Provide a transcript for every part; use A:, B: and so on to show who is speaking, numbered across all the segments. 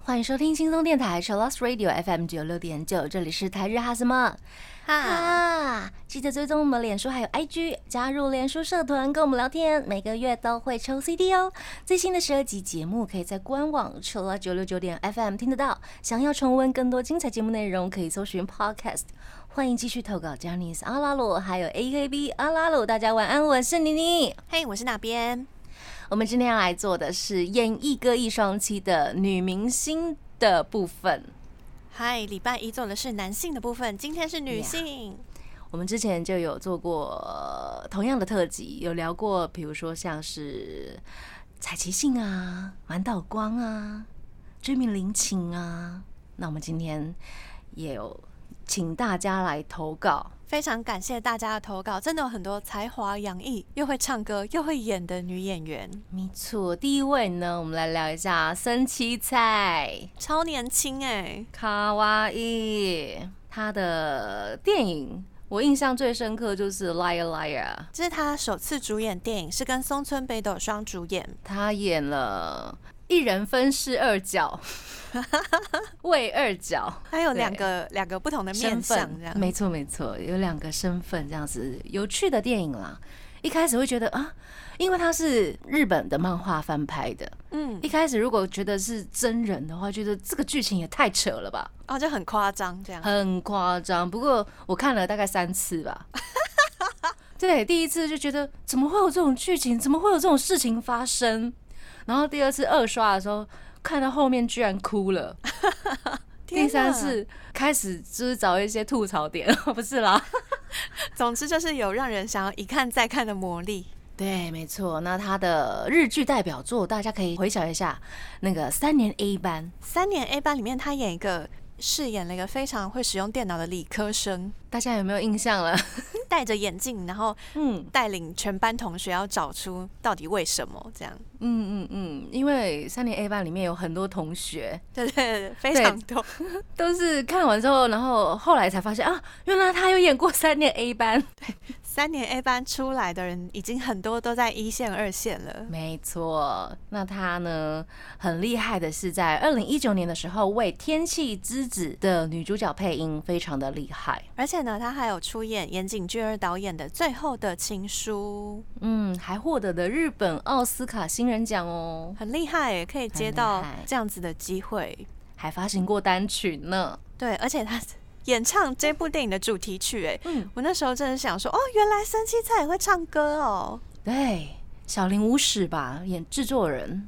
A: 欢迎收听轻松电台 c h i l l o s Radio FM 九六点九，这里是台日哈什么
B: 哈，
A: 啊！记得追踪我们脸书还有 IG，加入脸书社团跟我们聊天，每个月都会抽 CD 哦。最新的十二集节目可以在官网 c h i l l 九六九点 FM 听得到。想要重温更多精彩节目内容，可以搜寻 Podcast。欢迎继续投稿 j a n i c e 阿拉鲁，还有 AKB 阿拉鲁，大家晚安，我是妮妮。
B: 嘿，我是那边？
A: 我们今天要来做的是演艺歌一双栖的女明星的部分。
B: 嗨，礼拜一做的是男性的部分，今天是女性。
A: 我们之前就有做过、呃同样的特辑，有聊过，比如说像是采琪信啊、满岛光啊、追名林檎啊。那我们今天也有请大家来投稿，
B: 非常感谢大家的投稿，真的有很多才华洋溢、又会唱歌又会演的女演员，
A: 没错，第一位呢，我们来聊一下森七菜
B: 超年轻哎、
A: 卡哇伊，她的电影我印象最深刻就是《Liar Liar》。
B: 这是她首次主演电影，是跟松村北斗双主演。
A: 他演了一人分饰二角， 为二角
B: 还有两个两个不同的 面
A: 身
B: 相，
A: 份
B: 这，样
A: 没错没错，有两个身份这样子，有趣的电影啦。一开始会觉得啊，因为它是日本的漫画翻拍的，
B: 嗯
A: 一开始如果觉得是真人的话，觉得这个剧情也太扯了吧，
B: 哦，就很夸张这样。
A: 很夸张。不过我看了大概三次 吧。对，第一次就觉得怎么会有这种剧情，怎么会有这种事情发生？然后第二次二刷的时候，看到后面居然哭了。第
B: 天
A: 三
B: 哪
A: 次开始就是找一些吐槽点， 不是啦。
B: 总之就是有让人想要一看再看的魔力。
A: 对，没错。那他的日剧代表作，大家可以回想一下，那个三年 A 班，
B: 三年 A 班里面，她演一个饰演了一个非常会使用电脑的理科生，
A: 大家有没有印象了？
B: 戴着眼镜，然后
A: 嗯，
B: 带领全班同学要找出到底为什么这样。
A: 嗯嗯嗯，因为三年 A 班里面有很多同学，
B: 对对对，非常多。
A: 都是看完之后，然后后来才发现啊，原来他有演过三年 A 班。
B: 三年 A 班出来的人，已经很多都在一线、二线了。
A: 没错，那他呢很厉害的是，在二零一九年的时候为《天气之子》的女主角配音，非常的厉害。
B: 而且呢，他还有出演岩井俊二导演的《最后的情书
A: 嗯，还获得了日本奥斯卡新人奖哦》，，
B: 很厉害耶，可以接
A: 很厉
B: 到
A: 害
B: 这样子的机会。
A: 还发行过单曲呢。
B: 对，而且他演唱这部电影的主题曲，哎，
A: 嗯，
B: 我那时候真的想说，哦，原来生七菜也会唱歌哦。
A: 对，小林武史吧，演制作人。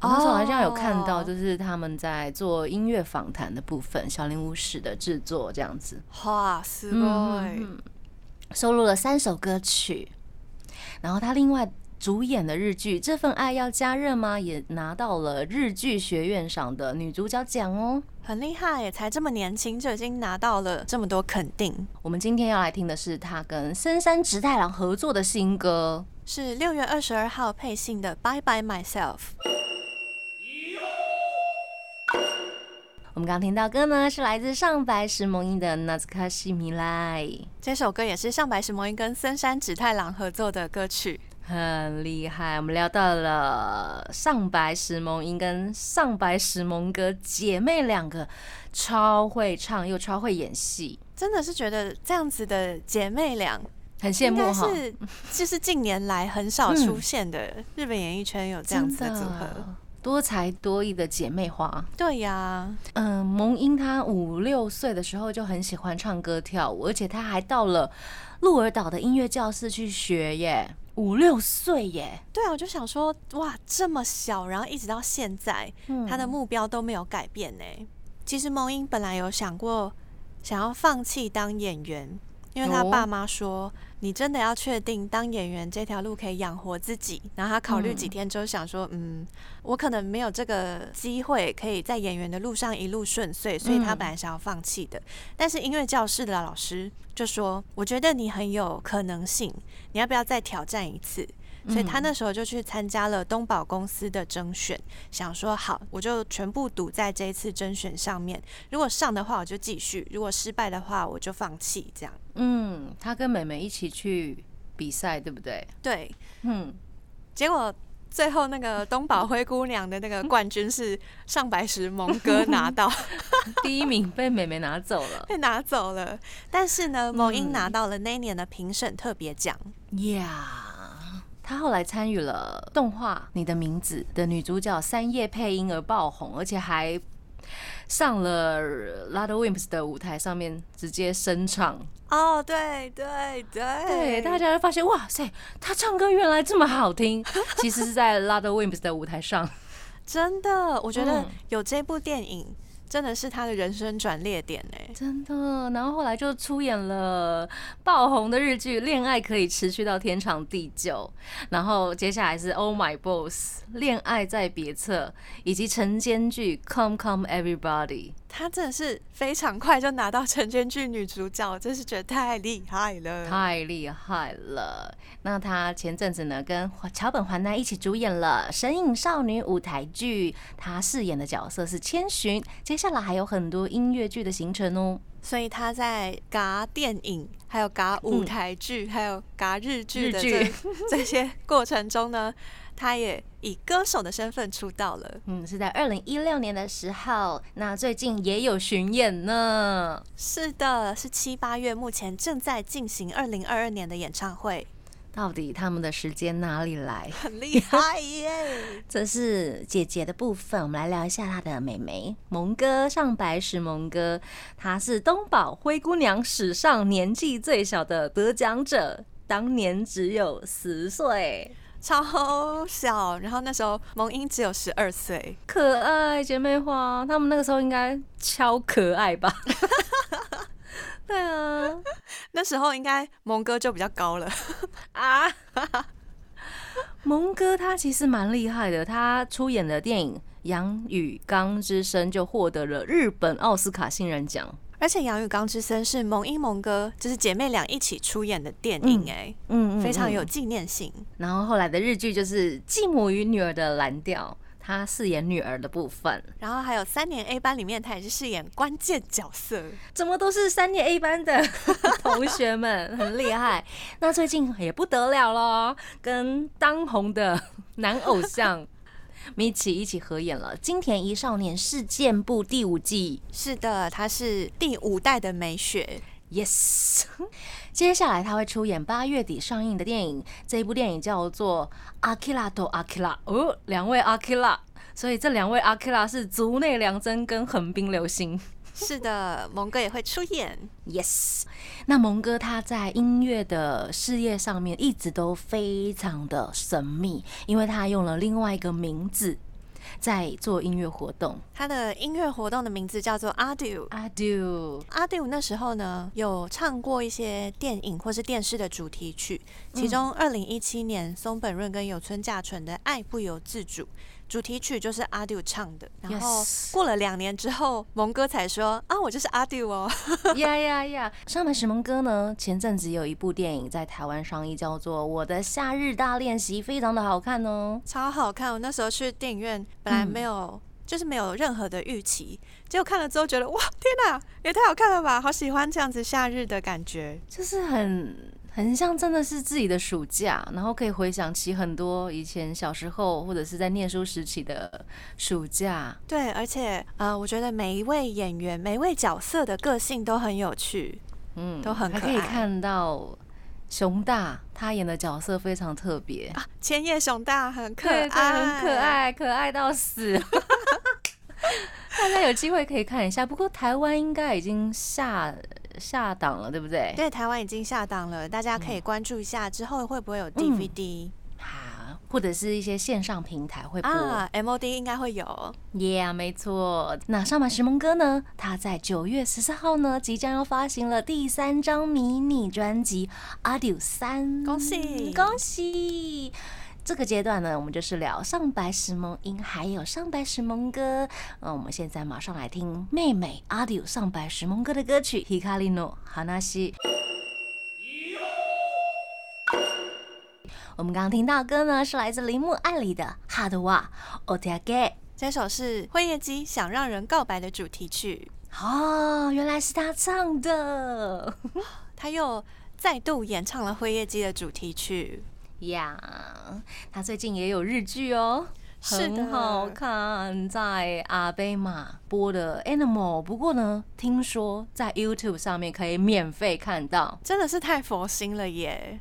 A: 我那时候好像有看到，
B: 哦
A: 就是他们在做音乐访谈的部分，小林武史的制作这样子。
B: 哇，すご
A: 嗯，
B: い！
A: 嗯收录了三首歌曲，然后他另外主演的日剧《这份爱要加热吗》也拿到了日剧学院赏的女主角奖哦。
B: 很厉害耶，才这么年轻就已经拿到了这么多肯定。
A: 我们今天要来听的是他跟深山直太郎合作的新歌。
B: 是六月二十二号配信的《Bye Bye Myself》，
A: 我们刚听到歌呢，是来自上白石萌音的《那斯卡西米莱》，
B: 这首歌也是上白石萌音跟森山直太郎合作的歌曲。
A: 很厉害。我们聊到了上白石萌音跟上白石萌歌姐妹两个，超会唱又超会演戏。
B: 真的是觉得这样子的姐妹俩，
A: 很羡
B: 应
A: 慕
B: 该
A: 哈，
B: 是就是近年来很少出现的日本演艺圈有这样子的组
A: 真
B: 合。
A: 多才多艺的姐妹花。
B: 对呀、
A: 嗯、蒙英她五六岁的时候就很喜欢唱歌跳舞，而且她还到了鹿儿岛的音乐教室去学耶，五六岁耶。
B: 对啊，我就想说，哇，这么小，然后一直到现在，他
A: 嗯
B: 的目标都没有改变呢。其实蒙英本来有想过想要放弃当演员，因为他
A: 哦
B: 爸妈说：“你真的要确定当演员这条路可以养活自己。”然后他考虑几
A: 嗯
B: 天之后想说：“嗯我可能没有这个机会可以在演员的路上一路顺遂，所以他
A: 嗯
B: 本来想要放弃的。但是音乐教室的老师就说：“我觉得你很有可能性，你要不要再挑战一次？”所以他那时候就去参加了东宝公司的甄选，想说好，我就全部赌在这一次甄选上面，如果上的话我就继续，如果失败的话我就放弃，这样。
A: 嗯，他跟妹妹一起去比赛，对不对？
B: 对，
A: 嗯，
B: 结果最后那个东宝灰姑娘的那个冠军是上白石萌哥拿到，
A: 第一名被妹妹拿走了。
B: 被拿走了。但是呢，萌英
A: 嗯
B: 拿到了那一年的评审特别奖。
A: 呀，他后来参与了动画《你的名字》的女主角三叶配音而爆红，而且还上了 Lada Wimps 的舞台上面直接声唱。
B: 哦，对对对，
A: 对，大家就发现哇塞，他唱歌原来这么好听。其实是在 Lada Wimps 的舞台上。
B: 真的，我觉得
A: 嗯
B: 有这部电影真的是他的人生转捩点哎。
A: 真的，然后后来就出演了爆红的日剧《恋爱可以持续到天长地久》，然后接下来是《Oh My Boss》《恋爱在别册》，以及晨间剧《Come Come Everybody》。
B: 他真的是非常快就拿到晨间剧女主角，我真是觉得太厉害了。
A: 太厉害了！那他前阵子呢，跟桥本环奈一起主演了《神隐少女》舞台剧，他饰演的角色是千寻。接下来还有很多音乐剧的行程哦，
B: 所以他在嘎电影、还有嘎舞台剧、还有嘎日剧的
A: 日
B: 这
A: 剧
B: 这 些过程中呢，他也以歌手的身份出道了。
A: 嗯，是在二零一六年的时候，那最近也有巡演呢。
B: 是的，是七八月目前正在进行二零二二年的演唱会，
A: 到底他们的时间哪里 来？
B: 很厉害耶！
A: 这是姐姐的部分，我们来聊一下她的妹妹蒙哥上白石蒙哥，她是东宝灰姑娘史上年纪最小的得奖者，当年只有十岁，
B: 超小，然后那时候萌英只有十二岁，
A: 可爱姐妹花，她们那个时候应该超可爱吧？ 对啊，
B: 那时候应该萌哥就比较高了。
A: 啊，蒙哥他其实蛮厉害的，他出演的电影《杨与刚之声》就获得了日本奥斯卡新人奖。
B: 而且《杨与刚之森》是萌英萌哥就是姐妹俩一起出演的电影、哎、
A: 嗯
B: 非常有。纪念性。
A: 然后后来的日剧就是《继母与女儿的蓝调》，他饰演女儿的部分，
B: 然后还有三年 A 班里面，他也是饰演关键角色。
A: 怎么都是三年 A 班 的同学们，很厉害。那最近也不得了喽，跟当红的男偶像米奇一起合演了《金田一少年事件簿》第五季。
B: 是的，她是第五代的美雪。
A: Yes，接 下来他会出演八月底上映的电影，这一部电影叫做《Akira to Akira》哦，两位 Akira，所以这两位 Akira 是竹内良真跟横滨流星。
B: 是的， 萌哥也会出演。
A: Yes，那 蒙哥他在音乐的事业上面一直都非常的神秘，因为他用了另外一个名字在做音乐活动。
B: 他的音乐活动的名字叫做阿迪鲁。
A: I do，
B: 阿迪鲁那时候呢，有唱过一些电影或是电视的主题曲，
A: 嗯
B: 其中二零一七年松本润跟有村架纯的《爱不由自主》主题曲就是阿迪鲁唱的。然后
A: Yes
B: 过了两年之后，蒙哥才说啊，我就是阿迪鲁哦。
A: 呀呀呀！上白石萌哥呢，前阵子有一部电影在台湾上映，叫做《我的夏日大练习》，非常的好看哦。
B: 超好看！我那时候去电影院，本来
A: 嗯
B: 没有，就是没有任何的预期，结果看了之后觉得哇，天哪、也太好看了吧！好喜欢这样子夏日的感觉。
A: 就是很很像真的是自己的暑假，然后可以回想起很多以前小时候或者是在念书时期的暑假。
B: 对，而且呃，我觉得每一位演员、每一位角色的个性都很有趣。
A: 嗯，
B: 都很
A: 还
B: 可
A: 可以
B: 爱
A: 看到熊大他演的角色非常特别，
B: 千叶熊大很可
A: 对
B: 爱，
A: 对，很可。爱，可爱到 死。大家有机会可以看一下，不过台湾应该已经下下档了，对不对？
B: 对，台湾已经下档了，大家可以关注一下，之后会
A: 嗯
B: 不会有 DVD、
A: 啊，或者是一些线上平台会播。
B: 啊？MOD 应该会有。
A: Yeah，没错。那上马石萌哥呢？他在九月十四号呢，即将要发行了第三张迷你专辑《阿 d 三》，嗯
B: 恭喜
A: 恭喜！这个阶段呢，我们就是聊上白石萌音，还有上白石萌歌。那我们现在马上来听妹妹阿 d 上白石萌歌的歌曲《Hikari no Hanashi》。我们刚刚听到的歌呢，是来自铃木爱里的《哈德瓦 o t a g e
B: 这首是《辉夜姬想让人告白》的主题曲，
A: 哦，原来是他唱的
B: 他又再度演唱了《辉夜姬》的主题曲。
A: 呀他最近也有日剧哦，
B: 是的
A: 很好看，在阿贝玛播的《Animal》，不过呢，听说在 YouTube 上面可以免费看到，
B: 真的是太佛心了耶！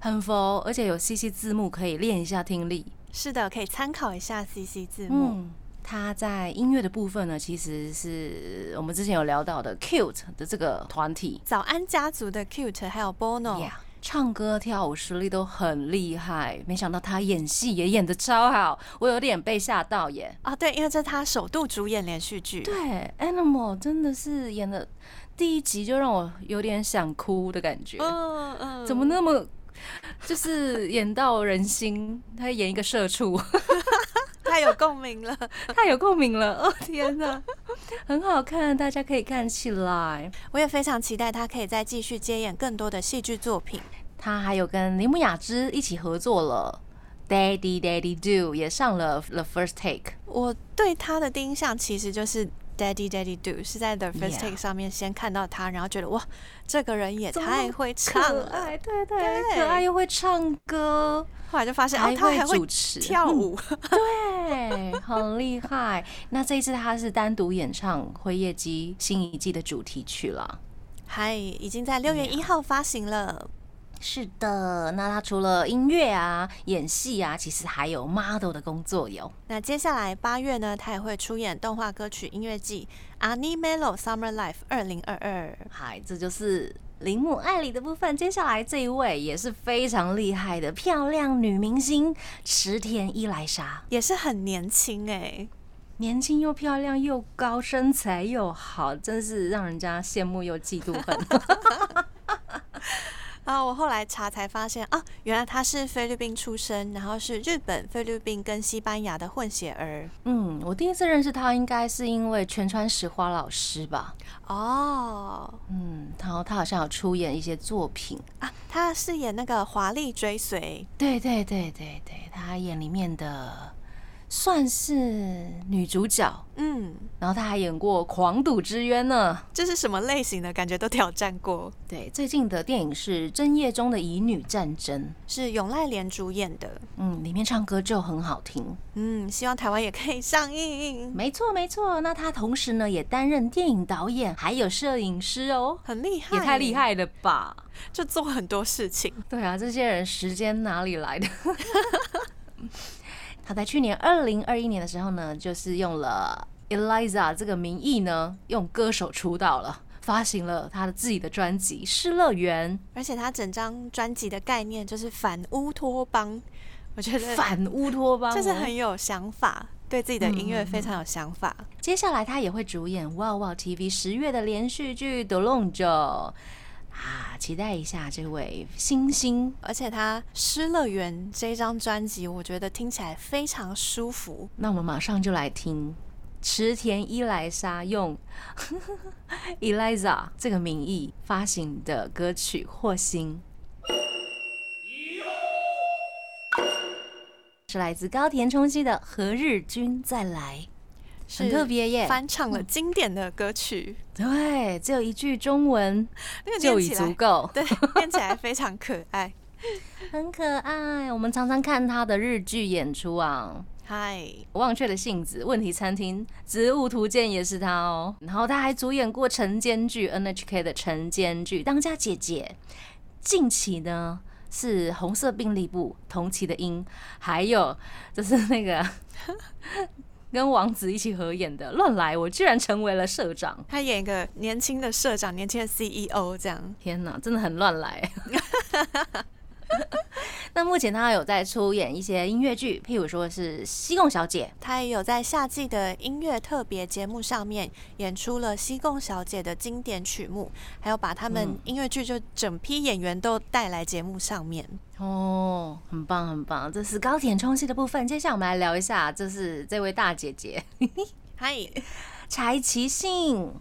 A: 很佛，而且有细细字幕可以练一下听力。
B: 是的，可以参考一下 CC 字幕。
A: 嗯，他在音乐的部分呢，其实是我们之前有聊到的 Cute 的这个团体，
B: 早安家族的 Cute 还有 Bono，、
A: Yeah，唱歌跳舞实力都很厉害，没想到他演戏也演得超好，我有点被吓到耶。
B: 啊，对，因为这是他首度主演连续剧。
A: 对，Animal 真的是演的第一集就让我有点想哭的感觉，
B: 嗯嗯
A: 怎么 那么就是演到人心？他演一个社畜，
B: 太有共鸣了？
A: 太有共鸣了！哦天哪，很好看，大家可以看起来。
B: 我也非常期待他可以再继续接演更多的戏剧作品。
A: 他还有跟铃木雅之一起合作了。Daddy Daddy Do 也上了 The First Take，
B: 我对他的第一印象其实就是。Daddy Daddy Do 是在 The First
A: Yeah
B: Take 上面先看到他，然后觉得哇，这个人也
A: 怎么
B: 太会唱
A: 可
B: 了。
A: 爱，对对，
B: 对
A: 可爱又会唱歌，
B: 后来就发现啊，
A: 还
B: 他还
A: 会
B: 会
A: 主持
B: 跳，舞。
A: 嗯对，很厉害。那这一次他是单独演唱《辉夜姬》新一季的主题曲了。
B: 嗨，已经在六月一号发行了。
A: 是的，那他除了音乐啊、演戏啊，其实还有 model 的工作哟。
B: 那接下来八月呢，他也会出演动画歌曲音乐季《Ani Melo Summer Life 二零二二》。
A: 嗨，这就是铃木爱里的部分。接下来这一位也是非常厉害的漂亮女明星池田一来莎，
B: 也是很年轻哎、
A: 年轻又漂亮又高，身材又好，真是让人家羡慕又嫉妒 恨。
B: 啊，我后来查才发现啊，原来他是菲律宾出生，然后是日本、菲律宾跟西班牙的混血儿。
A: 嗯，我第一次认识她应该是因为全川石花老师吧。
B: 哦，
A: 嗯，然后她好像有出演一些作品。
B: 啊，他饰演那个华丽追随，
A: 对对对对对，她演里面的算是女主角，
B: 嗯，
A: 然后她还演过《狂赌之渊》呢。
B: 这是什么类型的感觉都挑战过，
A: 对，最近的电影是《真夜中的乙女战争》，
B: 是永濑廉主演的。
A: 嗯，里面唱歌就很好听。
B: 嗯，希望台湾也可以上映，
A: 没错没错，那她同时呢也担任电影导演，还有摄影师哦，
B: 很厉害，
A: 也太厉，害了吧！
B: 就做很多事情。
A: 对啊，这些人时间哪里来的？ 他在去年二零二一年的时候呢，就是用了 Eliza 这个名义呢，用歌手出道了，发行了他的自己的专辑《失乐园
B: 而且他整张专辑的概念就是反乌托邦，我觉》，得
A: 反乌托邦哦。嗯
B: 就是很有想法，对自己的音乐非常有想法。
A: 接下来他也会主演 Wow Wow TV 十月的连续剧《d o l o n j o 啊，期待一下这位星星。
B: 而且他《失乐园》这张专辑，我觉得听起来非常舒服。
A: 那我们马上就来听池田伊莱莎用 Eliza 这个名义发行的歌曲《惑星》，是来自高田充希的《何日君再来》，很特别耶。
B: 翻唱了经典的歌曲，
A: 对，只有一句中文
B: 那个
A: 就
B: 念
A: 已
B: 起
A: 足
B: 来，
A: 够，
B: 对，念起来非常可爱。
A: 很可爱。我们常常看她的日剧演出啊，
B: 嗨，
A: 忘却的性子、问题餐厅、植物图鉴也是他哦。然后他还主演过晨间剧 NHK 的晨间剧《当家姐姐》。近期呢是《红色病历簿》《同期的鹰》，还有就是那个 跟王子一起合演的《乱来》，我居然成为了社长。
B: 他演一个年轻的社长，年轻的 CEO 这样。
A: 天哪，真的很乱来。 那目前他有在出演一些音乐剧，譬如说是《西贡小姐》，
B: 他也有在夏季的音乐特别节目上面演出了《西贡小姐》的经典曲目，还有把他
A: 嗯
B: 们音乐剧就整批演员都带来节目上面。
A: 哦，很棒很棒，这是高田充希的部分。接下来我们来聊一下，这是这位大姐姐
B: 嗨，
A: 柴崎幸。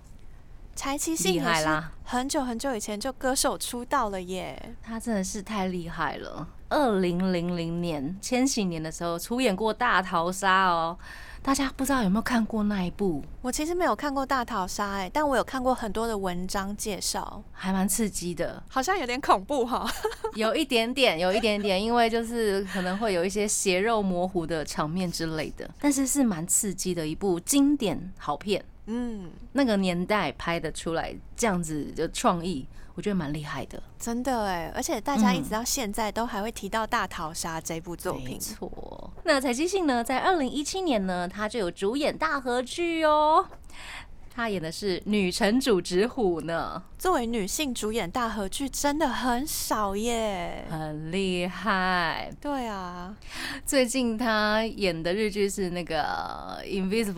B: 柴崎幸
A: 厉
B: 也
A: 害
B: 是
A: 啦，
B: 很久很久以前就歌手出道了耶。
A: 他真的是太厉害了。二零零零年千禧年的时候出演过《大逃杀》哦，大家不知道有没有看过那一部，
B: 我其实没有看过《大逃杀》哎，但我有看过很多的文章介绍，，
A: 还蛮刺激的
B: 好像有点恐怖哈。
A: 有一点点，有一点点，因为就是可能会有一些血肉模糊的场面之类的，但是是蛮刺激的一部经典好片。
B: 嗯，
A: 那个年代拍的出来这样子的创意，我觉得蛮厉害的。
B: 真的哎，而且大家一
A: 嗯
B: 直到现在都还会提到《大逃杀》这部作
A: 没
B: 品。
A: 错。那柴基幸呢，在二零一七年呢，他就有主演大河剧哦。他演的是女城主直虎呢，
B: 作为女性主演大合剧真的很少耶。
A: 很厉害。
B: 对啊，
A: 最近他演的日剧是那个《Invisible》，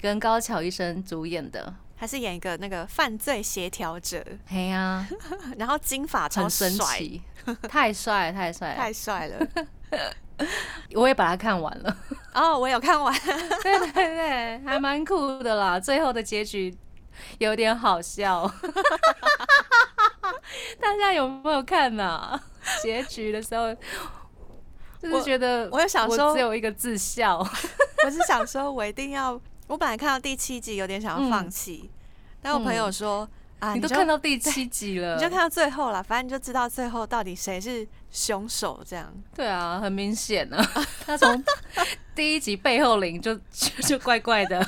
A: 跟高桥医生主演的。
B: 还是演一个那个犯罪协调者，
A: 嘿 呀、
B: 然后金发超
A: 很神
B: 帅，
A: 奇，太帅了太帅
B: 太
A: 了！
B: 帅了。
A: 我也把它看完了，
B: 哦，我有看完，
A: 对对对，还蛮酷的啦。最后的结局有点好笑， 大家有没有看呐、结局的时候，就是觉得
B: 我有想说啊
A: 我只有一个字笑，
B: 我是想说，我一定要。我本来看到第七集有点想要放弃，但我朋友说、啊，
A: 嗯你都
B: 就
A: 看到第七集了，
B: 你就看到最后了，反正你就知道最后到底谁是凶手这样。
A: 对啊，很明显啊， 他从第一集背后领就就就怪怪的，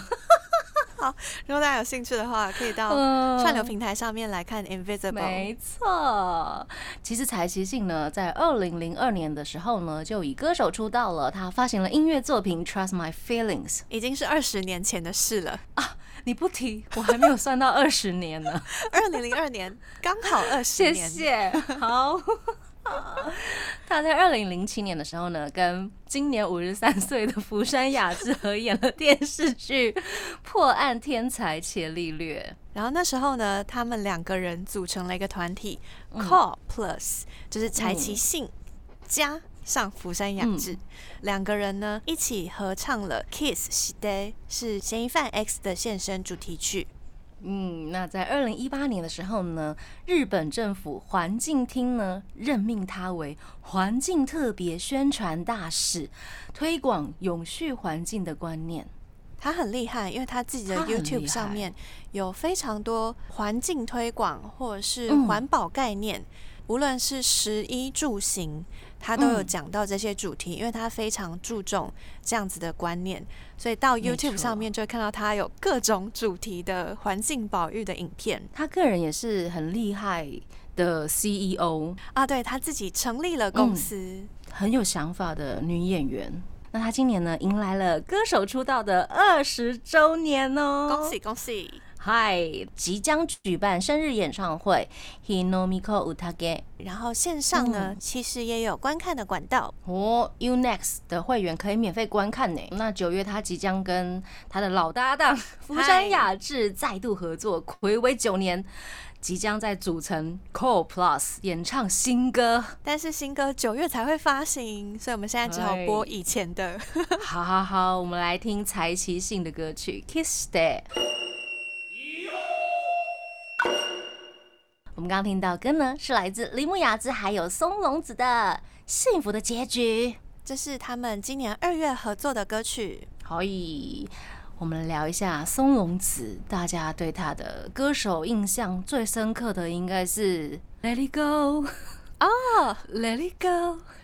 B: 如果大家有兴趣的话，可以到
A: 嗯
B: 串流平台上面来看《Invisible》。
A: 没错，其实柴崎幸呢，在二零零二年的时候呢，就以歌手出道了。他发行了音乐作品《Trust My Feelings》。
B: 已经是二十年前的事了，
A: 你不提，我还没有算到二十年 呢。
B: 二零零二年刚好二十
A: 谢
B: 年，
A: 谢。好， 他在二零零七年的时候呢，跟今年五十三岁的福山雅治合演了电视剧《破案天才伽利略》。
B: 然后那时候呢，他们两个人组成了一个团体、Call Plus，就是柴崎幸加上福山雅治、两个人呢一起合唱了《Kiss s h i d 是嫌疑犯 X 的现身主题曲。
A: 嗯，那在二零一八年的时候呢，日本政府环境厅呢任命他为环境特别宣传大使，推广永续环境的观念。
B: 他很厉害，因为他自己的
A: 他很厉
B: YouTube 上面有非常多环境推广或者是
A: 嗯
B: 环保概念，无论是食衣住行，他都有
A: 嗯
B: 讲到这些主题，因为他非常注重这样子的观念，所以到
A: 没
B: YouTube
A: 错
B: 上面就会看到他有各种主题的环境保育的影片
A: 他个人也是很厉害的 E CEO，
B: 啊。对他自己成立了公
A: 嗯
B: 司，
A: 很有想法的女演员。那她今年呢，迎来了歌手出道的二十周年哦，
B: 恭喜恭喜！
A: 嗨，即将举办生日演唱会，Hinomiko Utage
B: 然后线上呢，
A: 嗯
B: 其实也有观看的管道，
A: 哦、u n e x 的会员可以免费观看呢。那九月他即将跟他的老搭档福山雅治再度合作，暌违九年，即将在组成 Core Plus 演唱新歌。
B: 但是新歌九月才会发行，所以我们现在只好
A: 哎
B: 播以前的。
A: 好好好，我们来听柴崎幸的歌曲《Kiss Day》。我们刚刚听到歌呢，是来自铃木雅子还有松隆子的《幸福的结局》。
B: 这是他们今年二月合作的歌曲。
A: 好，以我们聊一下松隆子，大家对他的歌手印象最深刻的应该是《Let It Go》哦，《Let It Go》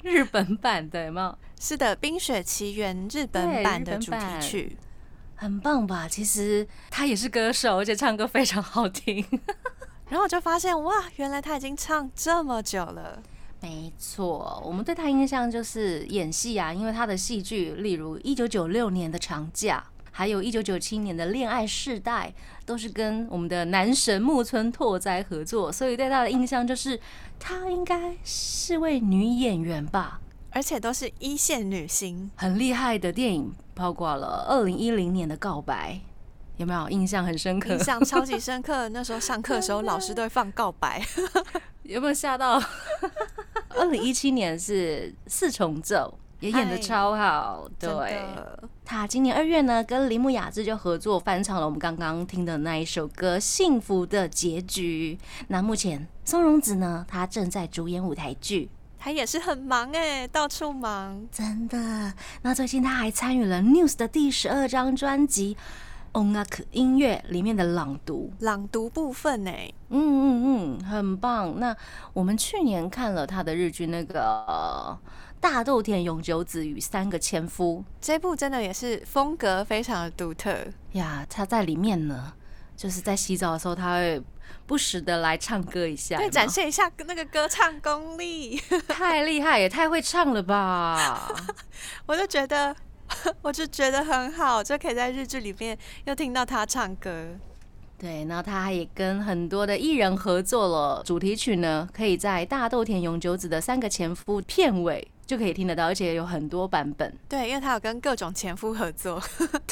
A: 日本版的有没有？
B: 是的，《冰雪奇缘》日本
A: 对
B: 版
A: 日
B: 的
A: 本
B: 主题
A: 版
B: 曲。
A: 很棒吧？其实他也是歌手，而且唱歌非常好听。
B: 然后我就发现，哇，原来他已经唱这么久了。
A: 没错，我们对他印象就是演戏啊，因为他的戏剧，例如一九九六年的《长假》，还有一九九七年的《恋爱世代》，都是跟我们的男神木村拓哉合作，所以对他的印象就是他应该是位女演员吧，
B: 而且都是一线女星，
A: 很厉害的电影，包括了二零一零年的《告白》，有没有印象很深刻
B: 印？象超级深刻。那时候上课的时候，老师都会放 告白，
A: 有没有吓到？二零一七年是《四重奏》，也演的超好，
B: 哎真
A: 对。
B: 的
A: 他今年二月呢，跟铃木雅治就合作翻唱了我们刚刚听的那一首歌《幸福的结局》。那目前松荣子呢，她正在主演舞台剧，
B: 他也是很忙哎、到处忙。
A: 真的。那最近他还参与了 News 的第十二张专辑《On a k 音乐》里面的朗读，
B: 朗读部分哎、
A: 嗯嗯嗯，很棒。那我们去年看了他的日剧那个《大豆田永久子与三个前夫》，
B: 这部真的也是风格非常的独特，
A: 呀，他在里面呢，就是在洗澡的时候，他会不时的来唱歌一下，有没
B: 对，
A: 有
B: 展现一下那个歌唱功力。
A: 太厉害，也太会唱了吧！
B: 我就觉得， 我就觉得很好，就可以在日剧里面又听到他唱歌。
A: 对，那他也跟很多的艺人合作了，主题曲呢可以在大豆田永久子的《三个前夫》片尾就可以听得到，而且有很多版本。
B: 对，因为他有跟各种前夫合作，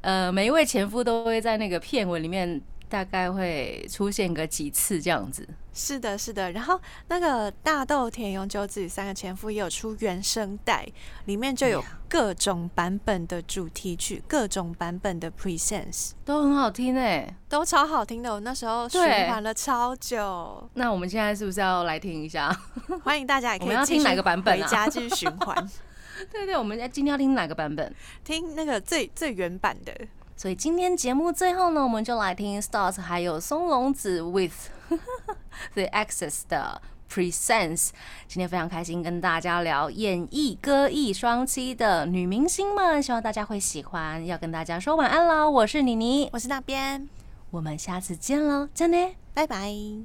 A: 呃，每一位前夫都会在那个片尾里面大概会出现个几次这样子。
B: 是的，是的。然后那个大豆田永久子与三个前夫也有出原声带，里面就
A: 哎
B: 有各种版本的主题曲，各种版本的 presence，
A: 都很好听哎、
B: 都超好听的。我那时候循
A: 对
B: 环了超久，
A: 那我们现在是不是要来听一下？
B: 欢迎大家也可
A: 我
B: 以
A: 们要
B: 继
A: 听
B: 续
A: 哪个版本啊
B: 回家继续循环，
A: 对对，我们哎今天要听哪个版本？
B: 听那个最最原版的。
A: 所以今天节目最后呢，我们就来听 Stars 还有松隆子 with The Access 的 Presence。今天非常开心跟大家聊演艺歌艺双栖的女明星们，希望大家会喜欢。要跟大家说晚安喽，我是妮妮，
B: 我是那边，
A: 我们下次见喽，真的。
B: 拜拜。